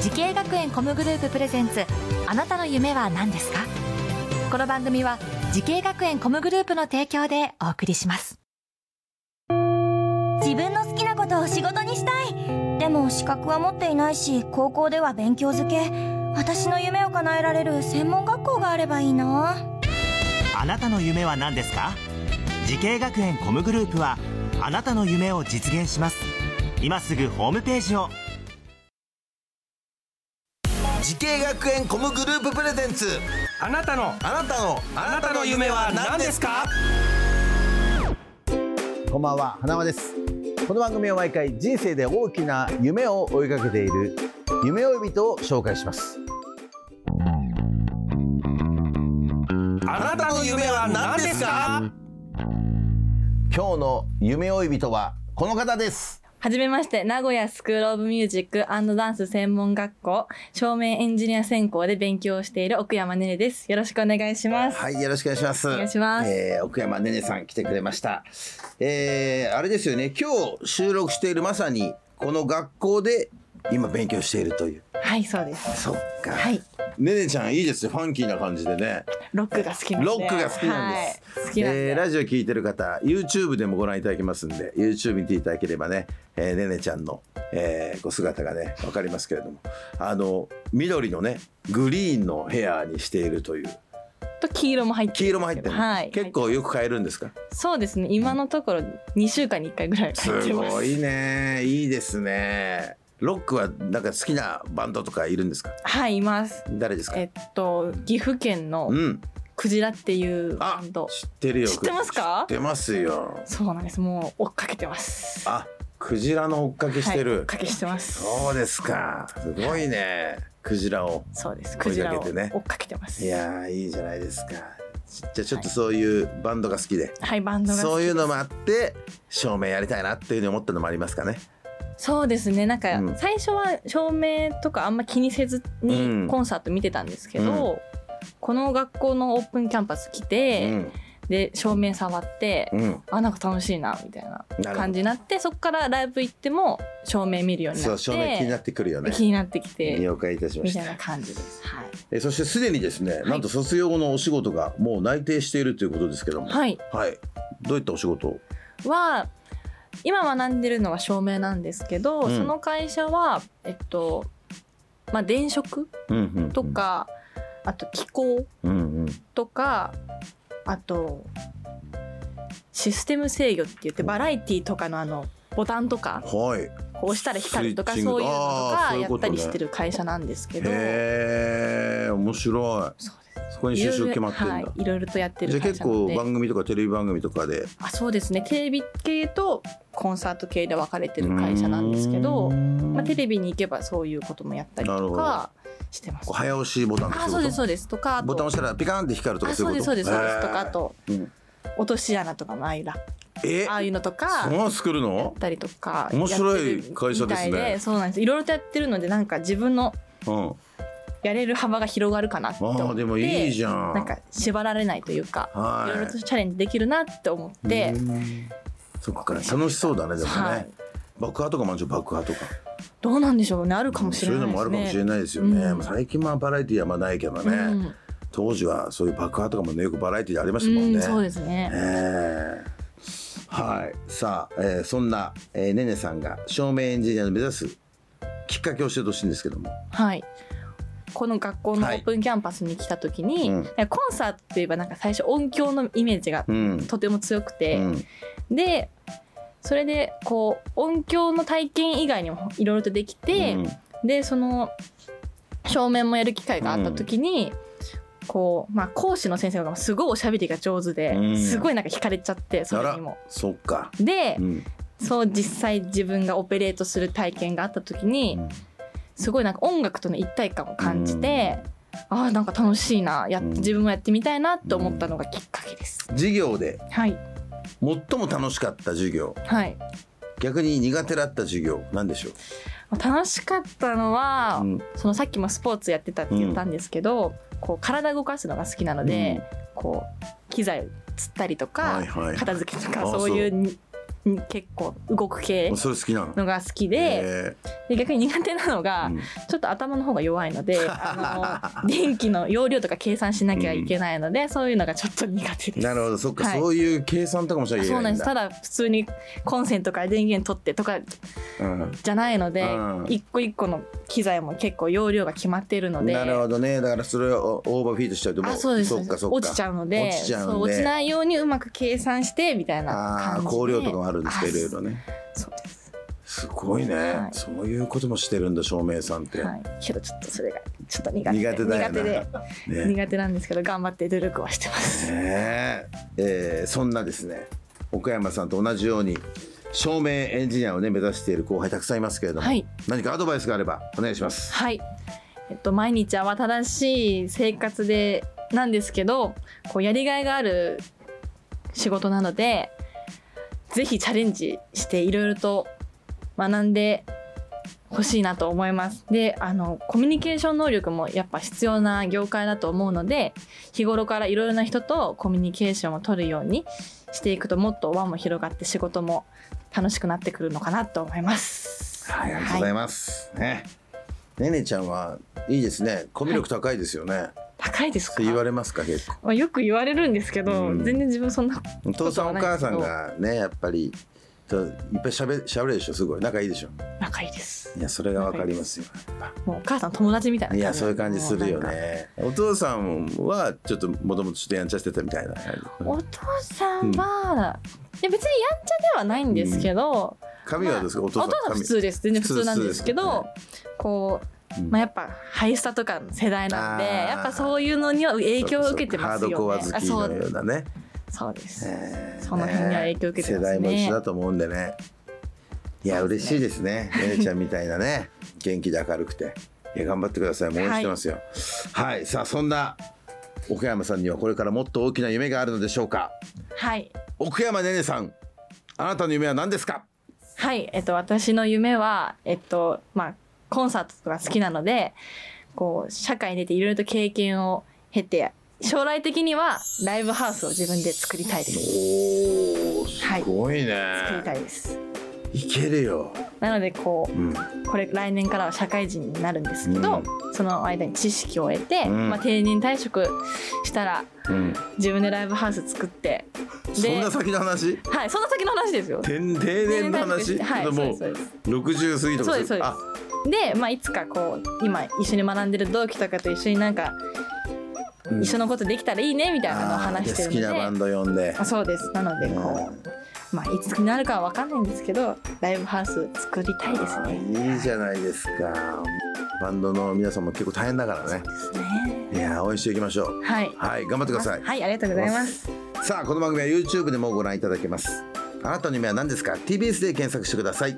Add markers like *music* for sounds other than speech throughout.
時系学園コムグループプレゼンツあなたの夢は何ですかこの番組は時系学園コムグループの提供でお送りします自分の好きなことを仕事にしたいでも資格は持っていないし高校では勉強づけ私の夢を叶えられる専門学校があればいいなあなたの夢は何ですか時系学園コムグループはあなたの夢を実現します今すぐホームページを時系学園コムグループプレゼンツあなたあのなたのあなたの夢は何ですかこんばんは花輪ですこの番組は毎回人生で大きな夢を追いかけている夢追い人を紹介しますあなたの夢は何ですか今日の夢追い人はこの方ですはじめまして、名古屋スクールオブミュージックダンス専門学校、照明エンジニア専攻で勉強をしている奥山ねねです。よろしくお願いします。はいよろしくお願いしますお願いしますえー奥山ねねさん来てくれましたえーあれですよね今日収録しているまさにこの学校で今勉強しているというはい、そうです。そっかはい。ねねちゃんいいですねファンキーな感じでねロックが好きなんで。ロックが好きなんです、はい、好きなんで。えーラジオ聞いてる方 YouTube でもご覧いただけますんで YouTube 見ていただければね、えー、ねねちゃんの、えーご姿がねわかりますけれどもあの緑のねグリーンのヘアにしているというと黄色も入ってる黄色も入ってる、はい。結構よく変えるんですかそうですね、今のところ2週間に1回ぐらいす入ってます。ごいねいいですねロックはなんか好きなバンドとかいるんですかはい、います。誰ですかえっと、岐阜県のうんクジラっていうバあンド。知ってるよ知ってますか知ってますよそうなんです。もう追っかけてます。あクジラの追っかけしてはい追るっ、かけしてます。そうですか。すごいね。クジラを。そうです。追クいジかラけをて追ねっかけてます。いやーいいじゃないですか。じじゃあちょっとそういうバンドが好きで、はい、バンドが好きそういうのもあって照明やりたいなっていうふうに思ったのもありますかね。そうですね。なんかうん最初は照明とかあんま気にせずうんにコンサート見てたんですけど、この学校のオープンキャンパス来うて、んで照明触って、うん。あなんか楽しいなみたいななるほ感じになって、そこからライブ行っても照明見るようど。になってそ、う照明気になってくるよね。気になってきて了解いたしまみしたいたな。感じです。はい。えそしてすでにですね、いなんと卒業後のお仕事がもう内定しているということですけども、はい。はい。どういったお仕事を？は今学んでるのは照明なんですけど、うんその会社はえっとまあ電飾うんうんうんと。か、あと気候うんうん。とかあとシステム制御って言ってバラエティとかのあのボタンとかはい。こう押したら光るとかスイッチングそういうのとあーかそういやうこっとたねりしてる会社なんですけど。へえ面白い。そうそこにい就ろい職ろ決まってんだ。はい、いろいろとやってじゃるあ会結社なの構で番組とかテレビ番組とかであそうですねテレビ系とコンサート系で分かれてる会社なんですけど、まあ、テレビに行けばそういうこともやったりなるとほかしてますこう。早押しボタンとかあそうですそうですとかあとボタン押したらピカーンって光るとかあそうですそうですそうですとかあと、うん落とし穴とかのああいうラえああいうのとかそんなやっの作るの？たりとか面白いやってる会社ですねみたいそうなんですいろいろとやってるのでなんか自分のうん。あやれる幅が広がるかなって思ってあでもいいじゃん。なんか縛られないというか、い、ろいろはとチャレンジできるなって思っい。て、うんそこから楽しそうだねでもはいね。爆破とかまんじゅう爆破とかどうなんでしょうねあるかもそしうれいうなのもあいでするかもしれね。ないですよね。うん最近まあバラエティーはまあないけどね、うん当時はそういう爆破とかもねよくバラエティーでありましたもんうね。ん、そうですね。えーはい、さあ、えーそんな、えーねねさんが照明エンジニアを目指すきっかけを教えてほしいんですけども、はい。この学校のオはいープンキャンパスに来た時に、うんなんかコンサートといえばなんか最初音響のイメージがうんとても強くうて、んでそれでこう音響の体験以外にもいろいろとできて、うんでその照明もやる機会があった時に、こうまあ、講師の先生がすごいおしゃべりが上手で、うんすごいなんか惹かれちゃってそれにも。そっか、でう、んそう実際自分がオペレートする体験があった時に、すごいなんか音楽との一体感を感じて、ああなんか楽しいなやっうん自分もやってみたいなと思ったのがきっかけです。授業ではい、最も楽しかった授業はい逆に苦手だった授業なんでしょう、楽しかったのは、うんそのさっきもスポーツやってたって言ったんですけど、こう体動かすのが好きなので、こう機材釣ったりとか、はいはい片付けとかあーそういうにうん結構動く系もうそれ好きなののが好きで,、えで逆に苦手なのが、うんちょっと頭の方が弱い *laughs* のであの電気の容量とか計算しなきゃいけないので、そういうのがちょっと苦手ーです。なるほどそっか、はいそういう計算とかもしなきゃいけそうなないんんですだただ普通にコンセントから電源取ってとかうんじゃないので、うん一個一個の機材も結構容量が決まっているのでなるほどねだからそれをオーバーフィートしちゃうともうあそうですそっかそっか落ちちゃうので落ちちゃうそのう落ちでないようにうまく計算してみたいなあ感あじで香料とかもあるんですかあいろいろねそうです、すごいね、はいそういうこともしてるんだ照明さんって、はい、けどちょっとそれがちょっと苦手苦手だよな苦手ねで苦手なんですけど頑張って努力はし *laughs* てますねええーそんなですね岡山さんと同じように照明エンジニアをね目指している後輩たくさんいますけれども、はい何かアドバイスがあればお願いします。はい、えっと、毎日慌ただしい生活でなんですけどこうやりがいがある仕事なのでぜひチャレンジしていろいろと学んでほしいなと思います。であのコミュニケーション能力もやっぱ必要な業界だと思うので日頃からいろいろな人とコミュニケーションを取るようにしていくともっと輪も広がって仕事も楽しくなってくるのかなと思います。はい、ありがとうございます。ね。ねねちゃんはいいですね。コミュ力高いですよね。高いですかそう言われますか結構。まあ、よく言われるんですけど、うん全然自分そんなお父さんお母さんがねやっぱりといっぱいしゃべしゃべるでしょすごい仲いいでしょ。仲いいですいやそれがわかりますよ。もうお母さん友達みたいな感いじやそういう感じするよもうなんかね。お父さんはちょっともともとちょっとやんちゃしてたみたいな。お父さんは、いや別にやんちゃではないんですけど、髪はどうですか、まあお父さん普髪通です全然普通なんですけど普通こう、うんまあ、やっぱハイスタとかの世代なんであーやっぱそういうのには影響を受けてますよねハードコア好きのあそうようなね。そうです、えーその辺には影響を受けてますね世代も一緒だと思うんでね。いや、そうで嬉すしねいですね。ねねちゃんみたいなね、 *laughs* 元気で明るくて。いや、頑張ってください。もう応援してますよ。はい、さあ、そんな。奥山さんにはこれからもっと大きな夢があるのでしょうか。はい奥山ねねさん。あなたの夢は何ですか。はい、えっと、私の夢は、えっと、まあ、コンサートとか好きなので、こう、社会に出ていろいろと経験を経て、将来的にはライブハウスを自分で作りたいです。おお、すはいごいね。作りたいです。い、けるよ。なので、こうん。う、これ、来年からは社会人になるんですけど、その間に知識を得て、うんまあ、定年退職したら、うん。自分でライブハウス作って、そんな先の話。はい、その先の話ですよ。定年の話。はいちょっともそうですそうう六十過ぎとかそうですそうですあ、で、まあ、いつかこう今一緒に学んでる同期とかと一緒になんか、うん一緒のことできたらいいねみたいなのを話してるのであーじゃあ好きなバンド呼んであそうですなのでこう、まあ、いつになるかは分かんないんですけどライブハウス作りたいですあね。ーいいじゃないですかバンドの皆さんも結構大変だからねですねいやー応援していきましょうはいはい頑張ってください、はいありがとうございますさあこの番組は YouTube でもご覧いただけますあなたの夢は何ですか TBS で検索してください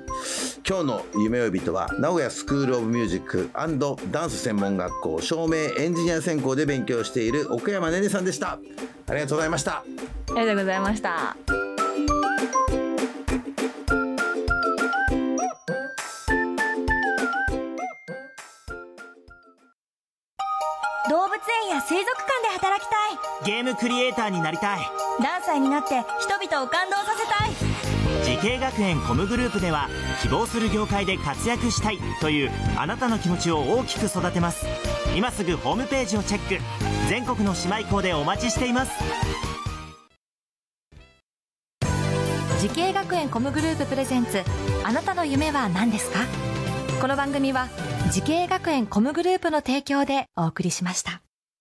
今日の夢呼びとは名古屋スクールオブミュージックダンス専門学校照明エンジニア専攻で勉強している奥山ねねさんでしたありがとうございましたありがとうございました。動物園や水族館で働きたいゲームクリエイターになりたい何歳になって人々を感動させたい時系学園コムグループでは希望する業界で活躍したいというあなたの気持ちを大きく育てます今すぐホームページをチェック全国の姉妹校でお待ちしています時系学園コムグループプレゼンツあなたの夢は何ですかこの番組は時系学園コムグループの提供でお送りしました